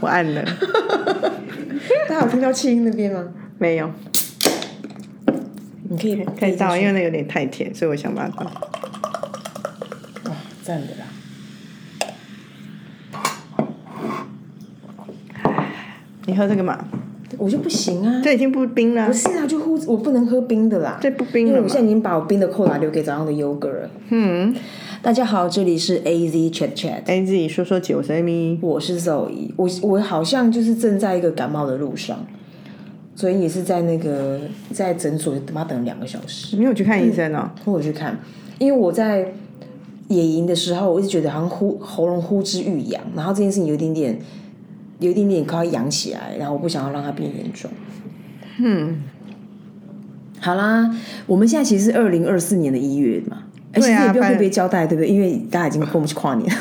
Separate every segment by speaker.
Speaker 1: 我按了，
Speaker 2: 大家有听到气音那边吗？
Speaker 1: 没有，
Speaker 2: 你可以
Speaker 1: 可以倒，因为那有点太甜，所以我想把它倒。
Speaker 2: 哇，哦赞的啦！
Speaker 1: 你喝这个嘛？
Speaker 2: 我就不行啊，
Speaker 1: 这已经不冰了
Speaker 2: 不，是啊，就喝我不能喝冰的啦，
Speaker 1: 这不冰
Speaker 2: 因
Speaker 1: 了
Speaker 2: 为我
Speaker 1: 嘛
Speaker 2: 现？在已经把我冰的扣打留给早上的 yogurt 了。
Speaker 1: 嗯
Speaker 2: 大家好，这里是 A Z Chat Chat，
Speaker 1: ，A 自己说说酒神咪，
Speaker 2: 我是 Zoe，我我好像就是正在一个感冒的路上，所以也是在那个在诊所他妈等了两个小时。
Speaker 1: 你有去看医生哦？
Speaker 2: 我去看，因为我在野营的时候，我一直觉得好像呼喉咙呼之欲扬，然后这件事情有一点点，有一点点快要扬起来，然后我不想要让它变严重。嗯，好啦，我们现在其实是二零二四年的一月嘛。哎
Speaker 1: 对啊
Speaker 2: 其实也不用
Speaker 1: 反
Speaker 2: 特别交代，对不对？因为大家已经过不去跨年了。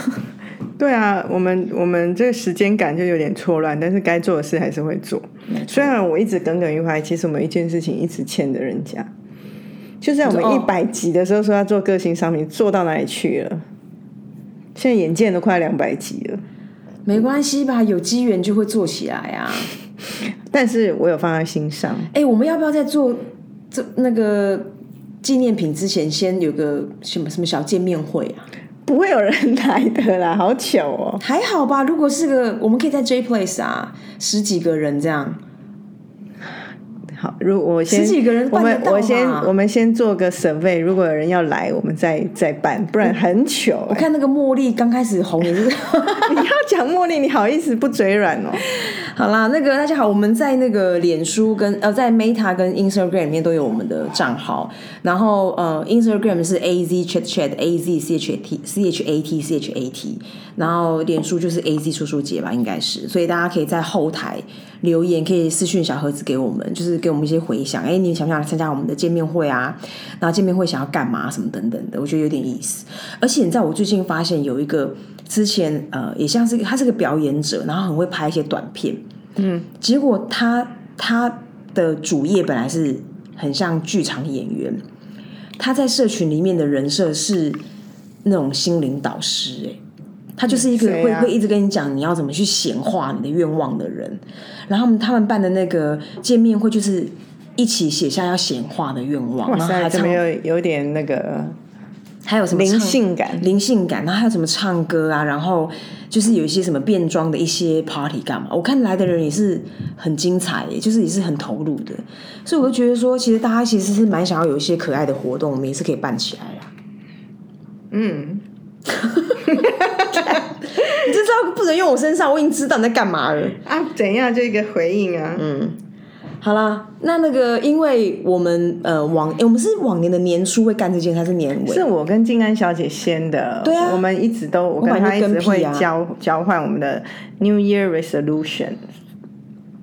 Speaker 1: 对啊，我们我们这个时间感就有点错乱，但是该做的事还是会做。虽然我一直耿耿于怀，其实我们一件事情一直欠着人家，就在我
Speaker 2: 你
Speaker 1: 们
Speaker 2: 说
Speaker 1: 一
Speaker 2: 哦
Speaker 1: 百集的时候说要做个性商品，做到哪里去了？现在眼见都快两百集了，
Speaker 2: 没关系吧，有机缘就会做起来啊。
Speaker 1: 但是我有放在心上。
Speaker 2: 哎、我们要不要在做这那个纪念品之前，先有个什么什么小见面会啊？
Speaker 1: 不会有人来的啦，好巧哦！
Speaker 2: 还好吧，如果是个，我们可以在 J Place 啊，十几个人这样，
Speaker 1: 好，如我先
Speaker 2: 十几个人
Speaker 1: 我
Speaker 2: 办得
Speaker 1: 们
Speaker 2: 到
Speaker 1: 我先
Speaker 2: 吧
Speaker 1: 我们先做个 survey，如果有人要来，我们再再办，不然很糗
Speaker 2: 我
Speaker 1: 欸、
Speaker 2: 看那个茉莉刚开始红也是，
Speaker 1: 你要讲茉莉，你好意思不嘴软哦？
Speaker 2: 好啦，那个大家好，我们在那个脸书跟呃在 Meta 跟 Instagram 里面都有我们的账号，然后呃 Instagram 是 A Z Chat Chat A Z C H T C H A T C H A T，然后脸书就是 A Z 叔叔姐吧，应该是，所以大家可以在后台留言，可以私讯小盒子给我们，就是给我们一些回响，哎，你想不想参加我们的见面会啊？然后见面会想要干嘛什么等等的，我觉得有点意思。而且你知道，我最近发现有一个之前呃，也像是他是个表演者，然后很会拍一些短片，嗯，结果他他的主业本来是很像剧场演员，他在社群里面的人设是那种心灵导师、哎。他就是一个
Speaker 1: 谁
Speaker 2: 会、
Speaker 1: 啊
Speaker 2: 会一直跟你讲你要怎么去显化你的愿望的人，然后他们他们办的那个见面会就是一起写下要显化的愿望，
Speaker 1: 哇
Speaker 2: 然后还
Speaker 1: 塞，怎
Speaker 2: 唱
Speaker 1: 么有有点那个
Speaker 2: 还有什么
Speaker 1: 灵
Speaker 2: 唱
Speaker 1: 性感
Speaker 2: 灵性感，然后还有什么唱歌啊，然后就是有一些什么变装的一些 party 干嘛？我看来的人也是很精彩耶，就是也是很投入的，所以我就觉得说，其实大家其实是蛮想要有一些可爱的活动，我们也是可以办起来啦。嗯， 你就知道不能用我身上，我已经知道你在干嘛了。
Speaker 1: 啊？怎样就一个回应啊？嗯，
Speaker 2: 好啦，那那个，因为我们呃往、诶我们是往年的年初会干这件，还是年尾？
Speaker 1: 是我跟静安小姐先的，
Speaker 2: 对啊
Speaker 1: 我们一直都我
Speaker 2: 本
Speaker 1: 跟
Speaker 2: 来
Speaker 1: 她一
Speaker 2: 就
Speaker 1: 直
Speaker 2: 跟
Speaker 1: 会
Speaker 2: 屁啊
Speaker 1: 交、交换我们的 New Year Resolution。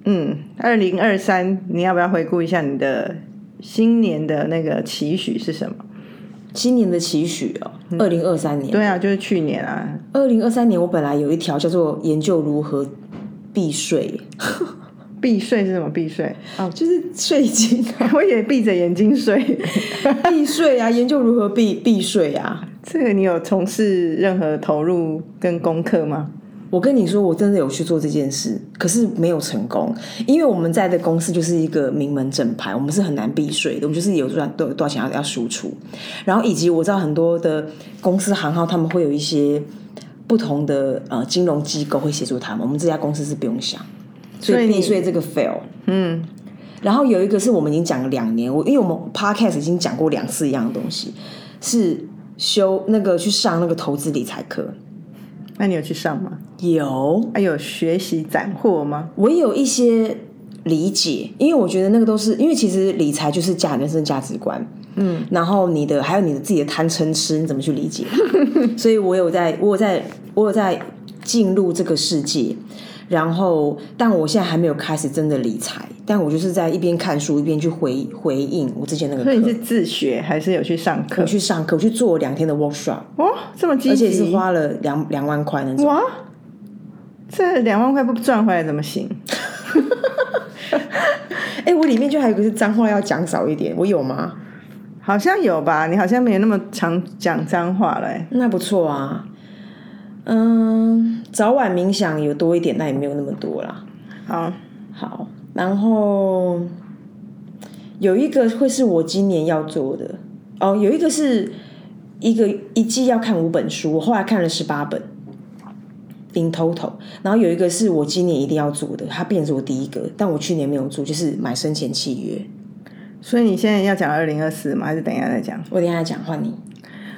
Speaker 1: 嗯，二零二三，你要不要回顾一下你的新年的那个期许是什么？
Speaker 2: 新年的期许哦，二零二三年。
Speaker 1: 对啊，就是去年啊，
Speaker 2: 二零二三年我本来有一条叫做研究如何避税，
Speaker 1: 避税是什么避税？哦，
Speaker 2: 就是税金 啊
Speaker 1: 我也闭着眼睛睡。
Speaker 2: 避税啊，研究如何避避税啊。
Speaker 1: 这个你有从事任何投入跟功课吗？
Speaker 2: 我跟你说，我真的有去做这件事，可是没有成功，因为我们在的公司就是一个名门正派，我们是很难避税的，我们就是有赚多多少钱要要输出，然后以及我知道很多的公司行号他们会有一些不同的呃金融机构会协助他们，我们这家公司是不用想，所
Speaker 1: 所以
Speaker 2: 以
Speaker 1: 你
Speaker 2: 避税这个 fail，嗯。然后有一个是我们已经讲了两年，我因为我们 podcast 已经讲过两次一样的东西，是修那个去上那个投资理财课，
Speaker 1: 那你有去上吗？
Speaker 2: 有
Speaker 1: 还有学习斩获吗？
Speaker 2: 嗯我有一些理解，因为我觉得那个都是因为其实理财就是价人生价值观，嗯，然后你的还有你的自己的贪嗔痴，你怎么去理 解它？所以我有在，我有在，我有在进入这个世界。然后，但我现在还没有开始真的理财，但我就是在一边看书一边去回回应我之前那个
Speaker 1: 所以你
Speaker 2: 课。
Speaker 1: 是自学还是有去上课
Speaker 2: 我？去上课，我去做两天的 workshop，
Speaker 1: 哦，这么积
Speaker 2: 而且是
Speaker 1: 极
Speaker 2: 花了两两万块那种。
Speaker 1: 哇！这两万块不赚回来怎么行？
Speaker 2: 哎、我里面就还有一个是脏话要讲少一点，我有吗？
Speaker 1: 好像有吧？你好像没有那么常讲脏话嘞、
Speaker 2: 那不错啊。嗯，早晚冥想有多一点，但也没有那么多啦。
Speaker 1: 好，
Speaker 2: 好，然后有一个会是我今年要做的哦，有一个是一个一季要看五本书，我后来看了十八本，in total。然后有一个是我今年一定要做的，它变成是我第一个，但我去年没有做，就是买生前契约。
Speaker 1: 所以你现在要讲二零二四吗？还是等一下再讲？
Speaker 2: 我等一下讲，换你。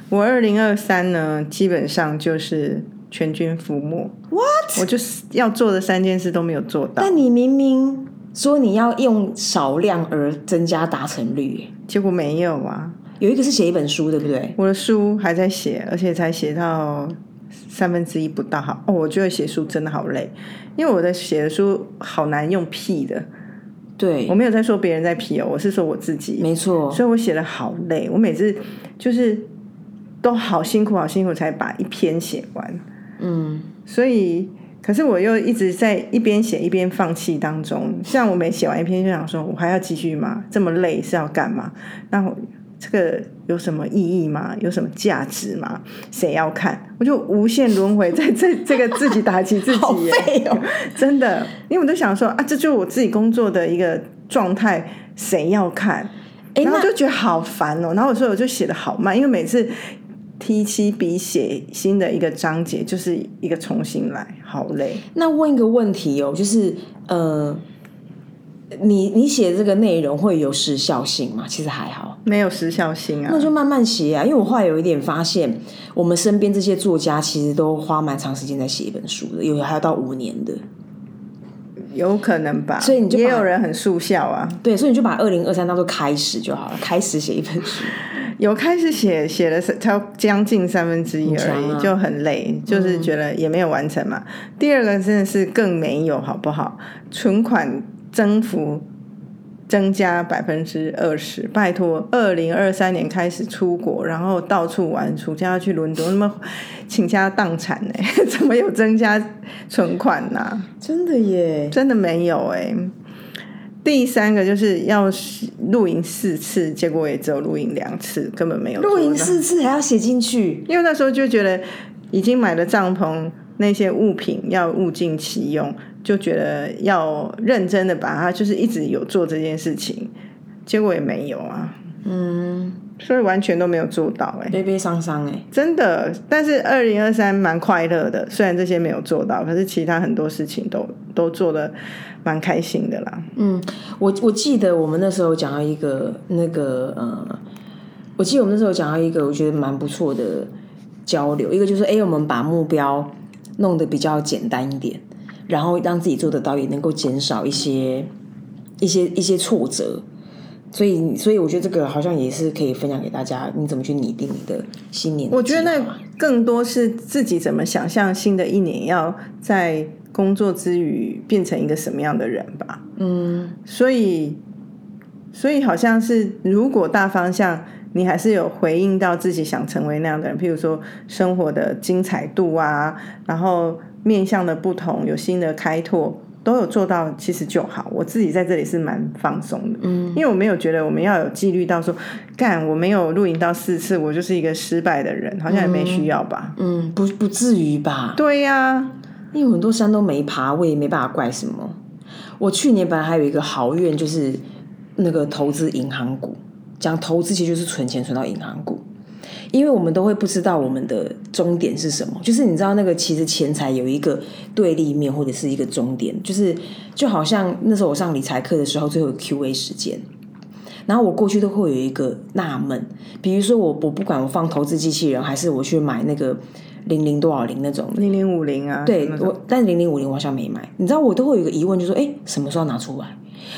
Speaker 1: 我二零二三呢，基本上就是全军覆没。
Speaker 2: What？
Speaker 1: 我就是要做的三件事都没有做到，
Speaker 2: 但你明明说你要用少量而增加达成率耶，
Speaker 1: 结果没有啊！
Speaker 2: 有一个是写一本书，对不对？
Speaker 1: 我的书还在写，而且才写到三分之一不到。好哦，我觉得写书真的好累，因为我的写的书好难用屁的。
Speaker 2: 对
Speaker 1: 我，没有在说别人在屁哦，我是说我自己。
Speaker 2: 没错，
Speaker 1: 所以我写的好累，我每次就是都好辛苦，好辛苦才把一篇写完。
Speaker 2: 嗯，
Speaker 1: 所以，可是我又一直在一边写一边放弃当中。像我每写完一篇，就想说，我还要继续吗？这么累是要干嘛？那我这个有什么意义吗？有什么价值吗？谁要看？我就无限轮回在这这个自己打击自
Speaker 2: 好
Speaker 1: 己耶，
Speaker 2: 废哦。
Speaker 1: 真的。因为我就想说啊，这就是我自己工作的一个状态，谁要看？
Speaker 2: 哎，
Speaker 1: 然后
Speaker 2: 那
Speaker 1: 就觉得好烦哦、然后有时候我就写的好慢，因为每次 T 七比写新的一个章节就是一个重新来，好累。
Speaker 2: 那问一个问题哦，就是呃，你你写这个内容会有时效性吗？其实还好。
Speaker 1: 没有时效性啊
Speaker 2: 那，就慢慢写啊，因为我后来有一点发现，我们身边这些作家其实都花蛮长时间在写一本书的，有还要到五年的。
Speaker 1: 有可能吧。
Speaker 2: 所以你就把
Speaker 1: 也有人很速效啊，
Speaker 2: 对，所以你就把二零二三当做开始就好了，开始写一本书。
Speaker 1: 有开始写写了三超将近三分之一而
Speaker 2: 很
Speaker 1: 已，
Speaker 2: 强啊
Speaker 1: 就很累，就是觉得也没有完成嘛。第二个真的是更没有，好不好？存款增幅增加百分之二十，拜托，二零二三年开始出国，然后到处玩，暑假要去伦敦，那么倾家荡产哎、 怎么有增加存款呢、
Speaker 2: 真的耶，
Speaker 1: 真的没有哎、第三个就是要露营四次，结果也只有露营两次，根本没有
Speaker 2: 露营
Speaker 1: 做到
Speaker 2: 四次还要写进去，
Speaker 1: 因为那时候就觉得已经买了帐篷，那些物品要物尽其用，就觉得要认真的把它，就是一直有做这件事情，结果也没有啊，
Speaker 2: 嗯，
Speaker 1: 所以完全都没有做到哎、
Speaker 2: 悲悲伤伤哎。
Speaker 1: 真的。但是二零二三蛮快乐的，虽然这些没有做到，可是其他很多事情都都做的蛮开心的啦。
Speaker 2: 嗯，我我记得我们那时候讲到一个那个呃，我记得我们那时候讲到一个我觉得蛮不错的交流，一个就是哎、诶我们把目标弄得比较简单一点，然后让自己做得到，也能够减少一些一些一些挫折。所以，所以我觉得这个好像也是可以分享给大家，你怎么去拟定你的新年的计划？
Speaker 1: 我觉得那更多是自己怎么想象新的一年要在工作之余变成一个什么样的人吧。
Speaker 2: 嗯，
Speaker 1: 所以，所以好像是如果大方向你还是有回应到自己想成为那样的人，譬如说生活的精彩度啊，然后面向的不同，有新的开拓。都有做到，其实就好。我自己在这里是蛮放松的，嗯，因为我没有觉得我们要有纪律到说，干我没有露营到四次，我就是一个失败的人，好像也没需要吧。
Speaker 2: 嗯，不不至于吧？
Speaker 1: 对呀、
Speaker 2: 因为很多山都没爬，我也没办法怪什么。我去年本来还有一个豪愿，就是那个投资银行股。讲投资其实就是存钱存到银行股，因为我们都会不知道我们的终点是什么。就是你知道那个其实钱财有一个对立面或者是一个终点，就是就好像那时候我上理财课的时候，最后有 Q&A 时间。然后我过去都会有一个纳闷，比如说我我不管我放投资机器人，还是我去买那个零零多少零那种的，
Speaker 1: 零零五零啊，
Speaker 2: 对
Speaker 1: 什么的
Speaker 2: 我，但零零五零我好像没买。你知道我都会有一个疑问，就说哎，诶什么时候拿出来？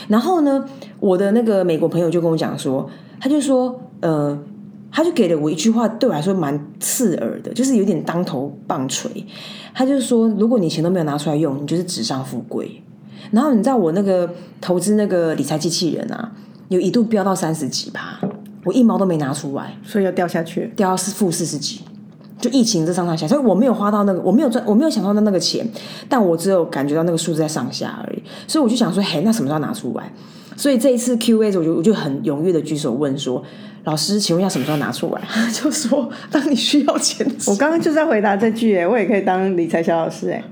Speaker 2: 然后呢，我的那个美国朋友就跟我讲说，他就说，呃，他就给了我一句话，对我来说蛮刺耳的，就是有点当头棒槌。他就说，如果你钱都没有拿出来用，你就是纸上富贵。然后你知道我那个投资那个理财机器人啊，有一度飙到三十几趴，我一毛都没拿出来。
Speaker 1: 所以要掉下去。
Speaker 2: 掉到是负四十几，就疫情这上上下，所以我没有花到那个，我没有赚，我没有享受到那个钱，但我只有感觉到那个数字在上下而已，所以我就想说，嘿，那什么时候拿出来？所以这一次 Q&A 的时候我就我就很踊跃的举手问说，老师，请问要什么时候拿出来？ 就说当你需要钱的时
Speaker 1: 我
Speaker 2: 候，
Speaker 1: 刚刚就在回答这句、哎，我也可以当理财小老师、哎，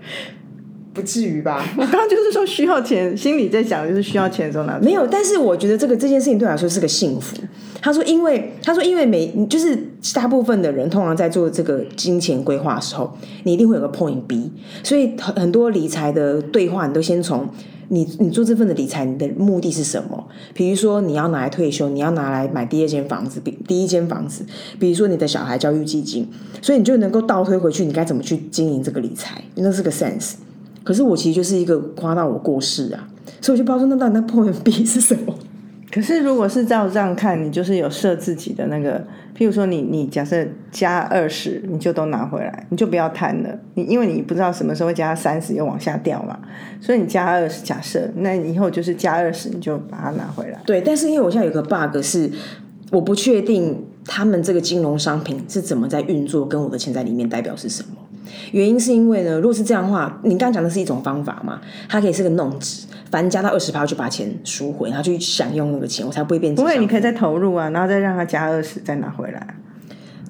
Speaker 2: 不至于吧？
Speaker 1: 我刚刚就是说需要钱，心里在想就是需要钱的时候拿出来
Speaker 2: 没有，但是我觉得这个这件事情对我来说是个幸福。他说，因为他说，因为每就是大部分的人通常在做这个金钱规划的时候，你一定会有个 point B，所以很很多理财的对话，你都先从。你你做这份的理财，你的目的是什么？比如说你要拿来退休，你要拿来买第二间房子，比第一间房子，比如说你的小孩教育基金，所以你就能够倒推回去，你该怎么去经营这个理财，那是个 sense。可是我其实就是一个夸到我过世啊，所以我就不知道说那到底那 point B 是什么。
Speaker 1: 可是如果是照这样看，你就是有设自己的那个，譬如说你你假设加二十，你就都拿回来，你就不要贪了。你因为你不知道什么时候加三十又往下掉嘛，所以你加二十，假设那你以后就是加二十，你就把它拿回来。
Speaker 2: 对，但是因为我现在有个 bug 是，我不确定他们这个金融商品是怎么在运作，跟我的钱在里面代表是什么。原因是因为呢，如果是这样的话，你刚刚讲的是一种方法嘛，它可以是个弄值，反正加到二十趴就把钱赎回，然后去享用那个钱，我才不会变成。
Speaker 1: 不会，你可以再投入啊，然后再让它加二十，再拿回来。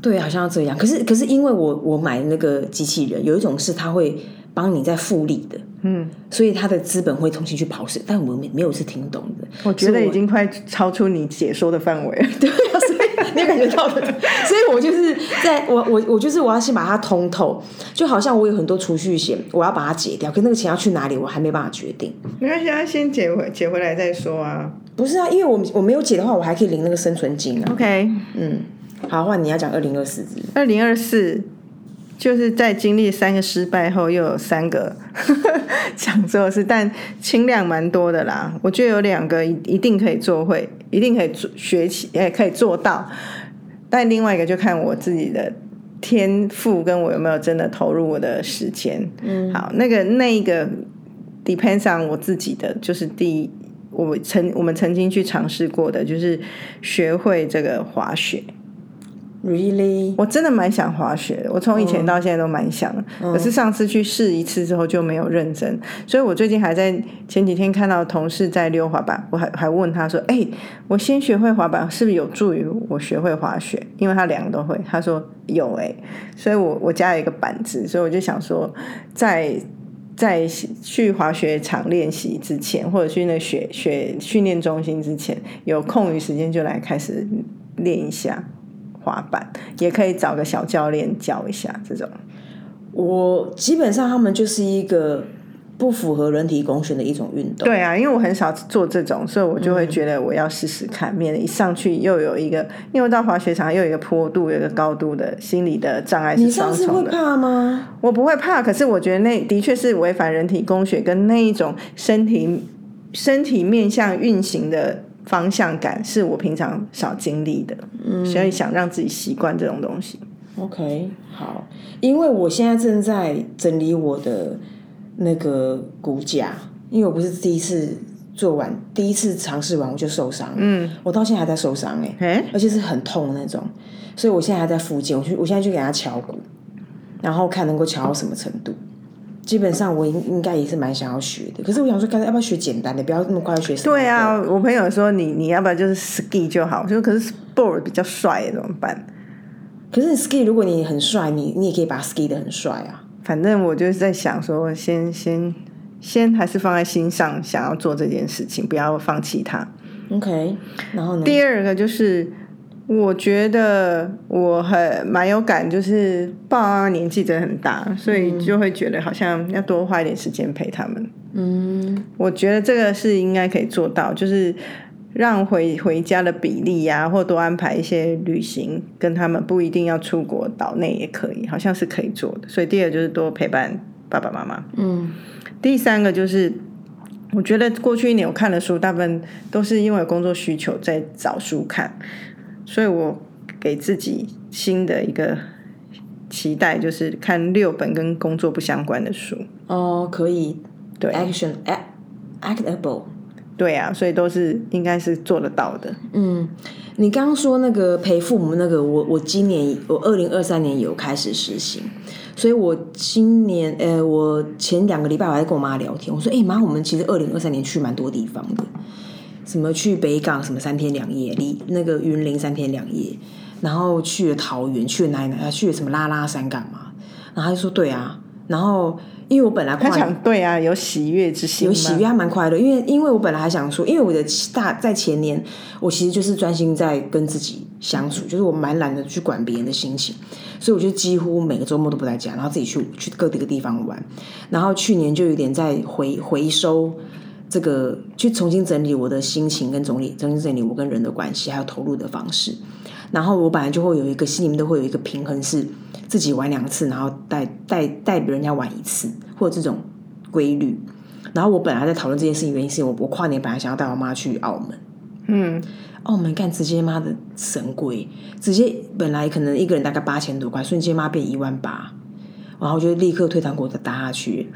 Speaker 2: 对，啊好像要这样。可是可是因为我我买那个机器人，有一种是它会帮你在复利的，嗯，所以它的资本会重新去跑水，但我没没有是听懂的。
Speaker 1: 我觉
Speaker 2: 所
Speaker 1: 得
Speaker 2: 以
Speaker 1: 已经快超出你解说的范围了。
Speaker 2: 对啊，所以没有感觉到的。所以我就是在我我我就是我要先把它通透，就好像我有很多储蓄险，我要把它解掉，可那个钱要去哪里，我还没办法决定。
Speaker 1: 没关系，啊，先解回解回来再说啊。
Speaker 2: 不是啊，因为我我没有解的话，我还可以领那个生存金啊。
Speaker 1: OK，
Speaker 2: 嗯，好，换你要讲二零二四，
Speaker 1: 二零二四就是在经历三个失败后，又有三个 讲座是，但轻量蛮多的啦。我觉得有两个一一定可以做会，一定可以做学起，也可以做到。但另外一个就看我自己的天赋，跟我有没有真的投入我的时间。嗯，好，那个那一个 depends on 我自己的，就是第一。我曾我们曾经去尝试过的，就是学会这个滑雪。
Speaker 2: really
Speaker 1: 我真的蛮想滑雪的，我从以前到现在都蛮想的，可是上次去试一次之后就没有认真，所以我最近还在前几天看到同事在溜滑板，我还还问他说：“哎、我先学会滑板是不是有助于我学会滑雪？”因为他两个都会，他说有哎、所以我我家有一个板子，所以我就想说在。在去滑雪场练习之前，或者去那雪雪训练中心之前，有空余时间就来开始练一下。滑板，也可以找个小教练教一下这种。
Speaker 2: 我基本上他们就是一个不符合人体工学的一种运动。
Speaker 1: 对啊，因为我很少做这种，所以我就会觉得我要试试看，免得一上去又有一个，因为我到滑雪场又有一个坡度，有一个高度的心理的障碍是
Speaker 2: 你
Speaker 1: 双
Speaker 2: 上次
Speaker 1: 重
Speaker 2: 会
Speaker 1: 的。
Speaker 2: 怕吗？
Speaker 1: 我不会怕，可是我觉得那的确是违反人体工学跟那一种身体身体面向运行的方向感，是我平常少经历的，
Speaker 2: 嗯
Speaker 1: 所以想让自己习惯这种东西。
Speaker 2: OK，好，因为我现在正在整理我的那个骨架，因为我不是第一次做完，第一次尝试完我就受伤，嗯，我到现在还在受伤哎、
Speaker 1: 诶
Speaker 2: 而且是很痛的那种，所以我现在还在复健，我去我现在去给他敲骨，然后看能够敲到什么程度。基本上我应应该也是蛮想要学的，可是我想说，干脆要不要学简单的，不要那么快学。
Speaker 1: 对，啊，我朋友说你你要不要就是 ski 就好，我说可是 sport 比较帅怎么办？
Speaker 2: 可是你 ski 如果你很帅，你你也可以把 ski 的很帅啊。
Speaker 1: 反正我就是在想说先，先先还是放在心上，想要做这件事情，不要放弃它。
Speaker 2: OK，然后呢？
Speaker 1: 第二个就是，我觉得我很蛮有感，就是爸妈年纪真的很大，所以就会觉得好像要多花一点时间陪他们。嗯，我觉得这个是应该可以做到，就是让回回家的比例呀、或多安排一些旅行，跟他们不一定要出国，岛内也可以，好像是可以做的。所以第二就是多陪伴爸爸妈妈。嗯，第三个就是。我觉得过去一年我看的书，大部分都是因为有工作需求在找书看，所以我给自己新的一个期待，就是看六本跟工作不相关的书。
Speaker 2: 哦，可以，
Speaker 1: 对
Speaker 2: ，action a- actable。
Speaker 1: 对啊，所以都是应该是做得到的。
Speaker 2: 嗯，你刚刚说那个陪父母那个，我我今年我二零二三年有开始实行，所以我今年呃，我前两个礼拜我还跟我妈聊天，我说，哎、妈，我们其实二零二三年去蛮多地方的，什么去北港什么三天两夜，离那个云林三天两夜，然后去了桃园，去了哪里哪里，去了什么拉拉山港嘛，然后他就说对啊，然后因为我本来跨
Speaker 1: 他想对啊，有喜悦之心
Speaker 2: 有
Speaker 1: 吗，
Speaker 2: 喜悦，还蛮快乐。因为因为我本来还想说，因为我的其大在前年，我其实就是专心在跟自己相处，就是我蛮懒得去管别人的心情，所以我就几乎每个周末都不在家，然后自己去去各地个地方玩。然后去年就有点在回回收这个，去重新整理我的心情跟整理重新整理我跟人的关系，还有投入的方式。然后我本来就会有一个心里面都会有一个平衡，是自己玩两次，然后带带带别人家玩一次，或者这种规律。然后我本来在讨论这件事情，原因是我我跨年本来想要带我妈去澳门，
Speaker 1: 嗯，
Speaker 2: 澳门干直接妈的神贵，直接本来可能一个人大概八千多块，瞬间妈变一万八，然后我就立刻退堂鼓的搭下去，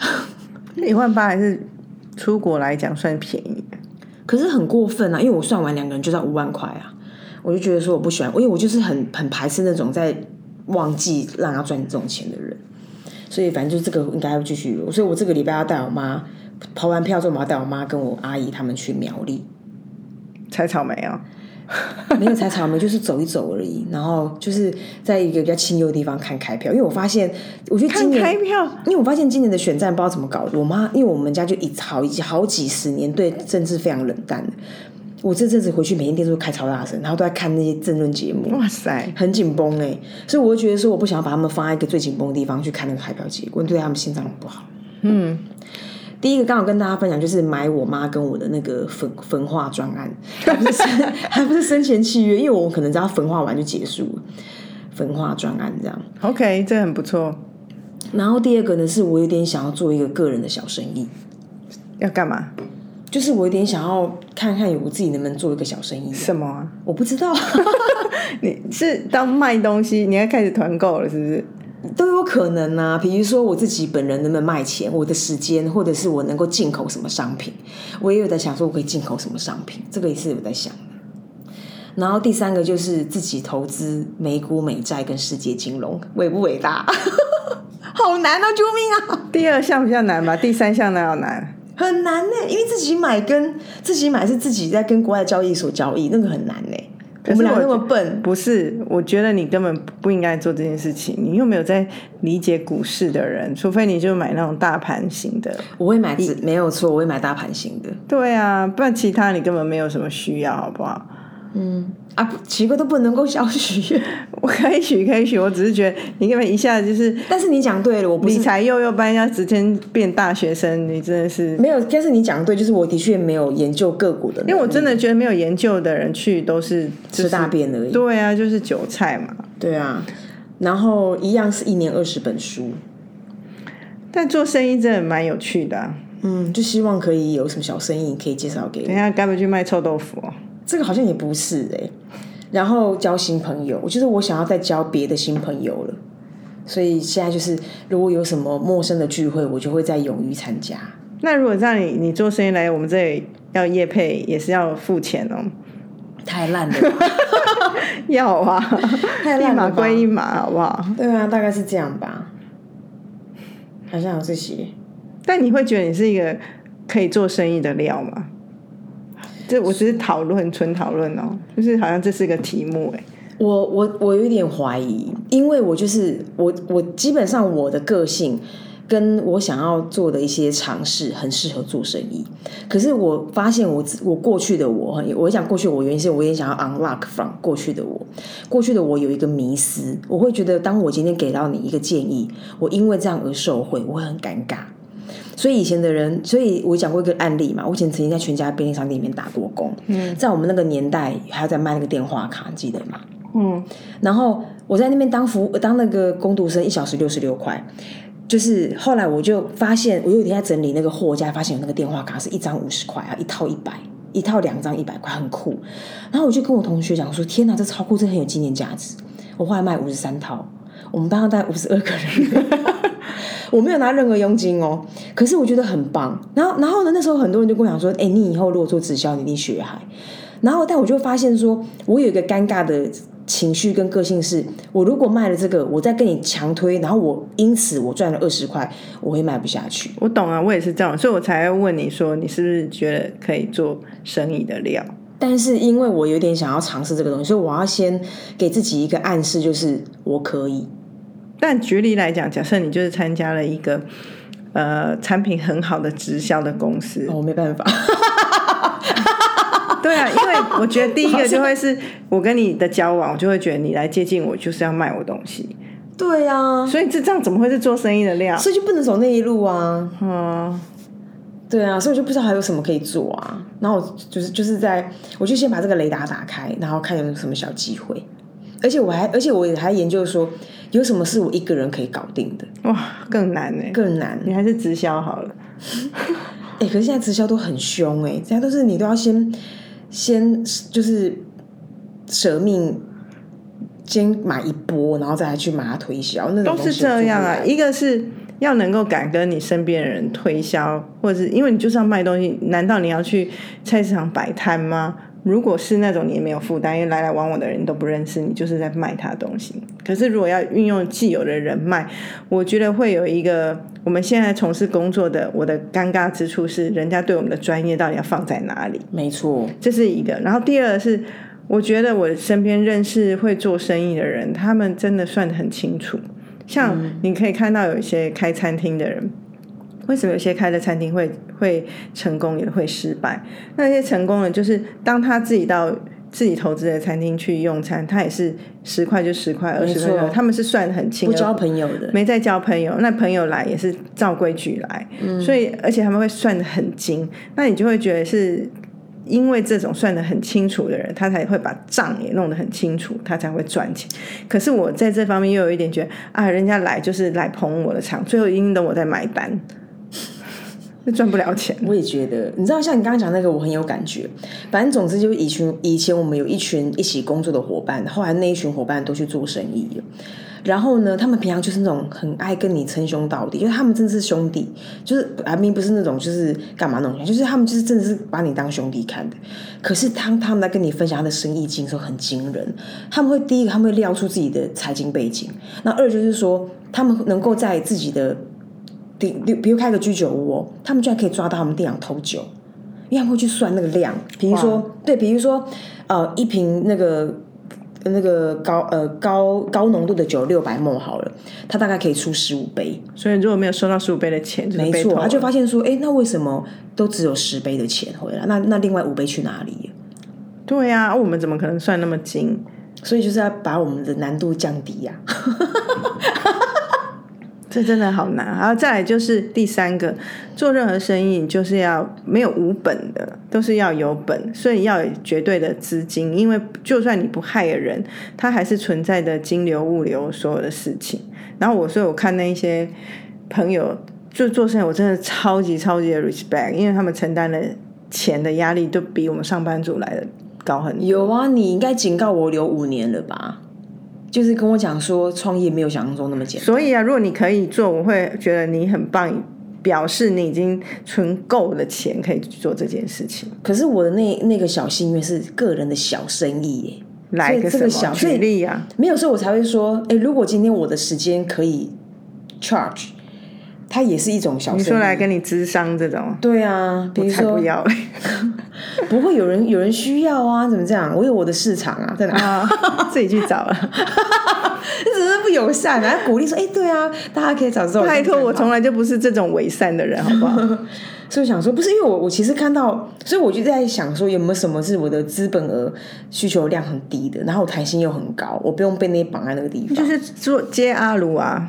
Speaker 1: 一万八还是出国来讲算便宜的，
Speaker 2: 可是很过分啊，因为我算完两个人就要五万块啊，我就觉得说我不喜欢，因为我就是很很排斥那种在忘记让他赚这种钱的人，所以反正就这个应该要继续，所以我这个礼拜要带我妈跑完票之后，我要带我妈跟我阿姨他们去苗栗。
Speaker 1: 采草莓啊、
Speaker 2: 没有采草莓，就是走一走而已。然后就是在一个比较清幽的地方看开票，因为我发现，我觉得今
Speaker 1: 看
Speaker 2: 年，
Speaker 1: 开票，
Speaker 2: 因为我发现今年的选战不知道怎么搞的。我妈，因为我们家就一好几好几十年对政治非常冷淡的。我这阵子回去，每天电视都开超大声，然后都在看那些政论节目，
Speaker 1: 哇塞，
Speaker 2: 很紧绷哎。所以我就觉得说，我不想要把他们放在一个最紧绷的地方去看那个开票结果，对他们心脏很不好。
Speaker 1: 嗯，
Speaker 2: 第一个刚好跟大家分享，就是买我妈跟我的那个焚焚化专案，还不是生还不是生前契约，因为我可能只要焚化完就结束了，焚化专案这样。
Speaker 1: OK，这很不错。
Speaker 2: 然后第二个呢，是我有点想要做一个个人的小生意，
Speaker 1: 要干嘛？
Speaker 2: 就是我有点想要看看我自己能不能做一个小生意，
Speaker 1: 什么啊？
Speaker 2: 我不知道。
Speaker 1: 你是当卖东西，你要开始团购了，是不是？
Speaker 2: 都有可能啊，比如说我自己本人能不能卖钱，我的时间，或者是我能够进口什么商品，我也有在想说我可以进口什么商品，这个也是有在想的。然后第三个就是自己投资美股、美债跟世界金融，伟不伟大？ 好难啊！救命啊！
Speaker 1: 第二项比较难吧，第三项哪有难？
Speaker 2: 很难呢、因为自己买跟自己买是自己在跟国外交易所交易，那个很难呢、我
Speaker 1: 可是
Speaker 2: 们俩
Speaker 1: 我
Speaker 2: 那么笨，
Speaker 1: 不是，我觉得你根本不应该做这件事情。你又没有在理解股市的人，除非你就买那种大盘型的。
Speaker 2: 我会买只没有错，我会买大盘型的。
Speaker 1: 对啊，不然其他你根本没有什么需要，好不好？
Speaker 2: 嗯啊，不奇怪都不能够消 许。
Speaker 1: 我可以许，可以许，我只是觉得你根本一下子就是
Speaker 2: 但是你讲对了，我不
Speaker 1: 理
Speaker 2: 是
Speaker 1: 财幼幼班要直接变大学生，你真的是。
Speaker 2: 没有，但是你讲对，就是我的确没有研究个股的能力，
Speaker 1: 因为我真的觉得没有研究的人去都是就是
Speaker 2: 吃大便而已。
Speaker 1: 对啊，就是韭菜嘛。
Speaker 2: 对啊，然后一样是一年二十本书，
Speaker 1: 但做生意真的蛮有趣的啊、
Speaker 2: 嗯，就希望可以有什么小生意可以介绍给我
Speaker 1: 等。一下该不会去卖臭豆腐哦？
Speaker 2: 这个好像也不是哎、然后交新朋友，我觉得我想要再交别的新朋友了，所以现在就是如果有什么陌生的聚会，我就会再勇于参加。
Speaker 1: 那如果让你你做生意来我们这里要业配，也是要付钱 哦。
Speaker 2: 太烂了 吧，
Speaker 1: 要 啊，
Speaker 2: 太
Speaker 1: 一
Speaker 2: 烂
Speaker 1: 码
Speaker 2: 了吧
Speaker 1: 归一码，好不好？
Speaker 2: 对啊，大概是这样吧。好像有这些。
Speaker 1: 但你会觉得你是一个可以做生意的料吗？这我只是讨论，纯讨论哦，就是好像这是个题目哎。
Speaker 2: 我我我有一点怀疑，因为我就是我我基本上我的个性跟我想要做的一些尝试很适合做生意，可是我发现我自我过去的我，我讲过去我原因是我也想要 unlock from 过去的我，过去的我有一个迷思，我会觉得当我今天给到你一个建议，我因为这样而受贿，我会很尴尬。所以以前的人，所以我讲过一个案例嘛，我以前曾经在全家便利商店里面打过工，嗯，在我们那个年代还要在卖那个电话卡，你记得吗？
Speaker 1: 嗯，
Speaker 2: 然后我在那边当服务当那个工读生，一小时六十六块。就是后来我就发现，我有一天在整理那个货架，发现有那个电话卡是一张五十块啊，一套一百，一套两张一百块，很酷。然后我就跟我同学讲说：“天哪，这超酷，这很有纪念价值。”我后来卖五十三套，我们班上大概五十二个人。我没有拿任何佣金哦，可是我觉得很棒。然后，然后呢？那时候很多人就跟我讲说：“哎、你以后如果做直销，你一定学海。”然后，但我就发现说，我有一个尴尬的情绪跟个性是，我如果卖了这个，我再跟你强推，然后我因此我赚了二十块，我会卖不下去。
Speaker 1: 我懂啊，我也是这样，所以我才会问你说，你是不是觉得可以做生意的料？
Speaker 2: 但是因为我有点想要尝试这个东西，所以我要先给自己一个暗示，就是我可以。
Speaker 1: 但举例来讲，假设你就是参加了一个呃产品很好的直销的公司，
Speaker 2: 哦，我没办法，
Speaker 1: 对啊，因为我觉得第一个就会 是我跟你的交往，我就会觉得你来接近我就是要卖我东西，
Speaker 2: 对呀、啊，
Speaker 1: 所以这这样怎么会是做生意的料？
Speaker 2: 所以就不能走那一路啊。
Speaker 1: 嗯，
Speaker 2: 对啊，所以我就不知道还有什么可以做啊。然后我就是就是在，我就先把这个雷达打开，然后看有没有什么小机会。而且我还，而且我也还研究说，有什么是我一个人可以搞定的，
Speaker 1: 哇，更难呢、欸
Speaker 2: 更难。
Speaker 1: 你还是直销好了，
Speaker 2: 哎、可是现在直销都很凶哎、现在都是你都要先先就是舍命，先买一波，然后再来去把它推销，那种
Speaker 1: 都
Speaker 2: 东西
Speaker 1: 是这样啊
Speaker 2: 我。做不来
Speaker 1: 一个是要能够敢跟你身边的人推销，或者是因为你就是要卖东西，难道你要去菜市场摆摊吗？如果是那种你也没有负担，因为来来往往的人都不认识你，就是在卖他东西。可是如果要运用既有的人脉，我觉得会有一个我们现在从事工作的，我的尴尬之处是，人家对我们的专业到底要放在哪里？
Speaker 2: 没错，
Speaker 1: 这是一个。然后第二个是，我觉得我身边认识会做生意的人，他们真的算得很清楚。像
Speaker 2: 嗯
Speaker 1: 你可以看到有一些开餐厅的人，为什么有些开的餐厅会会成功，也会失败？那些成功的，就是当他自己到自己投资的餐厅去用餐，他也是十块就十块，二
Speaker 2: 没
Speaker 1: 十
Speaker 2: 错
Speaker 1: 块就20，他们是算得很清
Speaker 2: 不
Speaker 1: 的。
Speaker 2: 交朋友的，
Speaker 1: 没在交朋友，那朋友来也是照规矩来，
Speaker 2: 嗯
Speaker 1: 所以而且他们会算的很精，那你就会觉得是因为这种算的很清楚的人，他才会把账也弄得很清楚，他才会赚钱。可是我在这方面又有一点觉得啊，人家来就是来捧我的场，最后一定等我在买单，就赚不了钱。
Speaker 2: 我也觉得，你知道，像你刚刚讲那个，我很有感觉。反正总之，就是以群以前我们有一群一起工作的伙伴，后来那一群伙伴都去做生意了。然后呢，他们平常就是那种很爱跟你称兄道弟，因为他们真的是兄弟，就是阿明不是那种就是干嘛那种，就是他们就是真的是把你当兄弟看的。可是当他们在跟你分享他的生意经的时候，很惊人。他们会第一个，他们会亮出自己的财经背景；那二就是说，他们能够在自己的比比比如开个居酒屋哦，他们居然可以抓到他们店长偷酒，因为他们会去算那个量，比如说对，比如说呃一瓶那个那个高呃高高浓度的酒六百沫好了，他大概可以出十五杯，
Speaker 1: 所以如果没有收到十五倍的钱，就是
Speaker 2: 没
Speaker 1: 被
Speaker 2: 错，
Speaker 1: 偷
Speaker 2: 他
Speaker 1: 了
Speaker 2: 就发现说，哎，那为什么都只有十杯的钱回来？那那另外五杯去哪里了？
Speaker 1: 对呀、我们怎么可能算那么精？
Speaker 2: 所以就是要把我们的难度降低啊呀、
Speaker 1: 这真的好难。然后再来就是第三个，做任何生意你就是要没有无本的，都是要有本，所以要有绝对的资金，因为就算你不害了人，它还是存在的金流、物流所有的事情。然后我所以我看那一些朋友就做生意，我真的超级超级的 respect，因为他们承担的钱的压力都比我们上班族来的高很多。
Speaker 2: 有啊，你应该警告我留五年了吧？就是跟我讲说，创业没有想象中那么简单。
Speaker 1: 所以啊，如果你可以做，我会觉得你很棒，表示你已经存够了钱可以去做这件事情。
Speaker 2: 可是我的那那个小心愿是个人的小生意耶，
Speaker 1: 来一个
Speaker 2: 所以
Speaker 1: 什
Speaker 2: 这个
Speaker 1: 么
Speaker 2: 小
Speaker 1: 举例啊？
Speaker 2: 没有，所以我才会说，哎，如果今天我的时间可以 charge，它也是一种小
Speaker 1: 你
Speaker 2: 生
Speaker 1: 说来
Speaker 2: 意。
Speaker 1: 跟你智商这种，
Speaker 2: 对啊，比如
Speaker 1: 才
Speaker 2: 说
Speaker 1: 不要嘞！
Speaker 2: 不会有人有人需要啊，怎么这样？我有我的市场啊，在哪？
Speaker 1: 啊， 自己去找啊 了。
Speaker 2: 这只是不友善啊，鼓励说，哎，对啊，大家可以找这种。
Speaker 1: 拜托，我从来就不是这种伪善的人，好不好？
Speaker 2: 所以我想说，不是因为我我其实看到，所以我就在想说，有没有什么是我的资本额需求量很低的，然后我弹性又很高，我不用被那绑在那个地方。
Speaker 1: 就是做接阿鲁啊，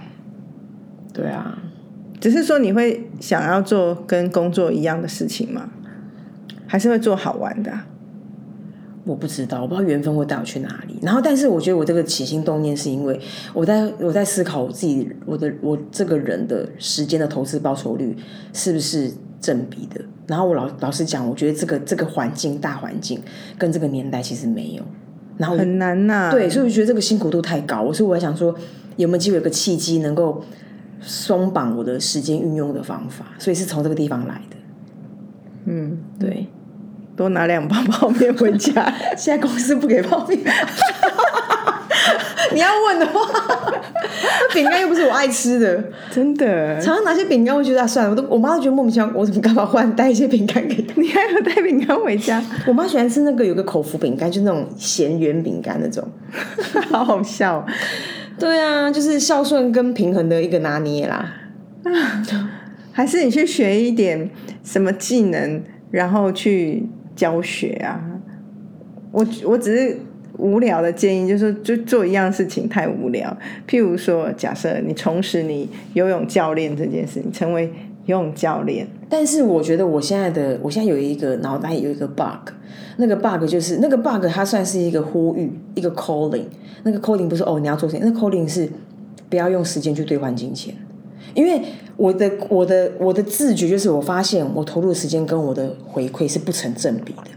Speaker 2: 对啊，
Speaker 1: 只是说你会想要做跟工作一样的事情吗？还是会做好玩的啊、
Speaker 2: 我不知道，我不知道缘分会带我去哪里。然后，但是我觉得我这个起心动念是因为我在我在思考我自己我的我这个人的时间的投资报酬率是不是正比的。然后我老老实讲，我觉得这个这个环境大环境跟这个年代其实没有。然后我
Speaker 1: 很难呐、
Speaker 2: 哦对，所以我觉得这个辛苦度太高，所以我还想说有没有机会有个契机能够松绑我的时间运用的方法，所以是从这个地方来的。
Speaker 1: 嗯，
Speaker 2: 对，
Speaker 1: 多拿两包泡面回家。
Speaker 2: 现在公司不给泡面。你要问的话，饼干又不是我爱吃的，
Speaker 1: 真的，
Speaker 2: 常常拿些饼干，我觉得、啊、算了，我都我妈都觉得莫名其妙，我怎么干嘛忽然带一些饼干给她？
Speaker 1: 你还有带饼干回家，
Speaker 2: 我妈喜欢吃那个有个口福饼干，就那种咸圆饼干那种。
Speaker 1: 好好笑哦。
Speaker 2: 对啊，就是孝顺跟平衡的一个拿捏啦。
Speaker 1: 还是你去学一点什么技能，然后去教学啊？我我只是无聊的建议，就是就做一样事情太无聊。譬如说，假设你重拾你游泳教练这件事，你成为游泳教练，
Speaker 2: 但是我觉得我现在的，我现在有一个脑袋有一个 bug，那个 bug 就是那个 bug，它算是一个呼吁，一个 calling。那个 calling 不是哦你要做什么，那个 calling 是不要用时间去兑换金钱，因为我的我的我的自觉就是我发现我投入的时间跟我的回馈是不成正比的，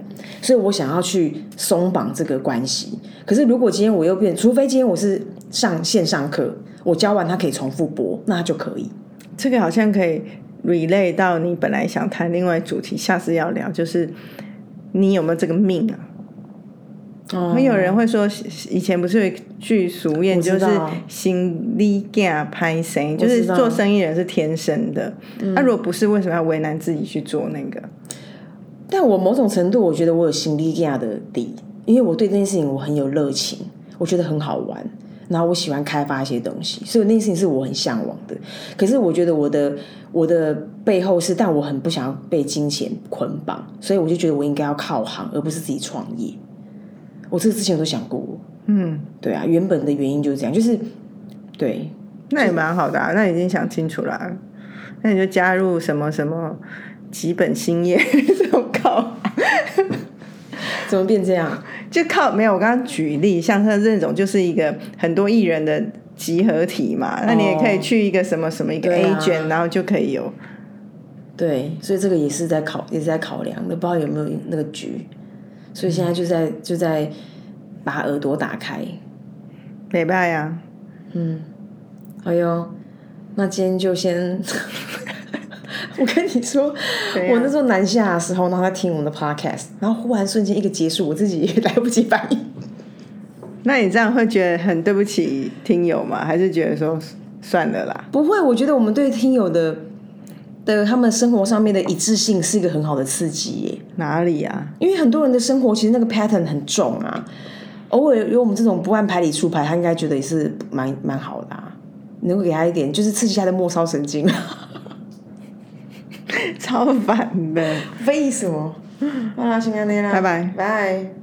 Speaker 2: 所以我想要去松绑这个关系。可是如果今天我又变，除非今天我是上线上课，我教完它可以重复播，那它就可以。
Speaker 1: 这个好像可以 relay 到你本来想谈另外主题，下次要聊就是你有没有这个命啊？
Speaker 2: 哦
Speaker 1: 会有人会说，以前不是有一句俗谚，
Speaker 2: 我
Speaker 1: 就
Speaker 2: 知
Speaker 1: 是
Speaker 2: 道
Speaker 1: “心力干拍生”，就是
Speaker 2: 知道嗯
Speaker 1: 做生意人是天生的。那、如果不是，为什么要为难自己去做那个？
Speaker 2: 但我某种程度，我觉得我有心力亚的底，因为我对这件事情我很有热情，我觉得很好玩，然后我喜欢开发一些东西，所以那件事情是我很向往的。可是我觉得我的我的背后是，但我很不想要被金钱捆绑，所以我就觉得我应该要靠行，而不是自己创业。我这个之前都想过，
Speaker 1: 嗯，
Speaker 2: 对啊，原本的原因就是这样，就是对，
Speaker 1: 那也蛮好的、啊，那已经想清楚了啊、那你就加入什么什么几本新业 这种靠，
Speaker 2: 怎么变这样？
Speaker 1: 就靠没有。我刚刚举例，像他这种就是一个很多艺人的集合体嘛，那你也可以去一个什么什么一个
Speaker 2: 哦对
Speaker 1: A
Speaker 2: 啊
Speaker 1: 卷、然后就可以有。
Speaker 2: 对，所以这个也是在考，也是在考量的，不知道有没有那个局，所以现在就在就在把耳朵打开。
Speaker 1: 礼拜啊，
Speaker 2: 哎呦，那今天就先， 我跟你说，我那时候南下的时候，然后在听我们的 podcast，然后忽然瞬间一个结束，我自己也来不及反应。
Speaker 1: 那你这样会觉得很对不起听友吗？还是觉得说算了啦？
Speaker 2: 不会，我觉得我们对听友的的他们生活上面的一致性是一个很好的刺激耶。
Speaker 1: 哪里 啊？
Speaker 2: 因为很多人的生活其实那个 pattern 很重啊，偶尔有我们这种不按牌理出牌，他应该觉得也是蛮蛮好的、啊，能够给他一点就是刺激他的末梢神经。啊
Speaker 1: 超烦的。
Speaker 2: 啊为什么？好啦，先安尼啦，
Speaker 1: 拜拜
Speaker 2: 拜。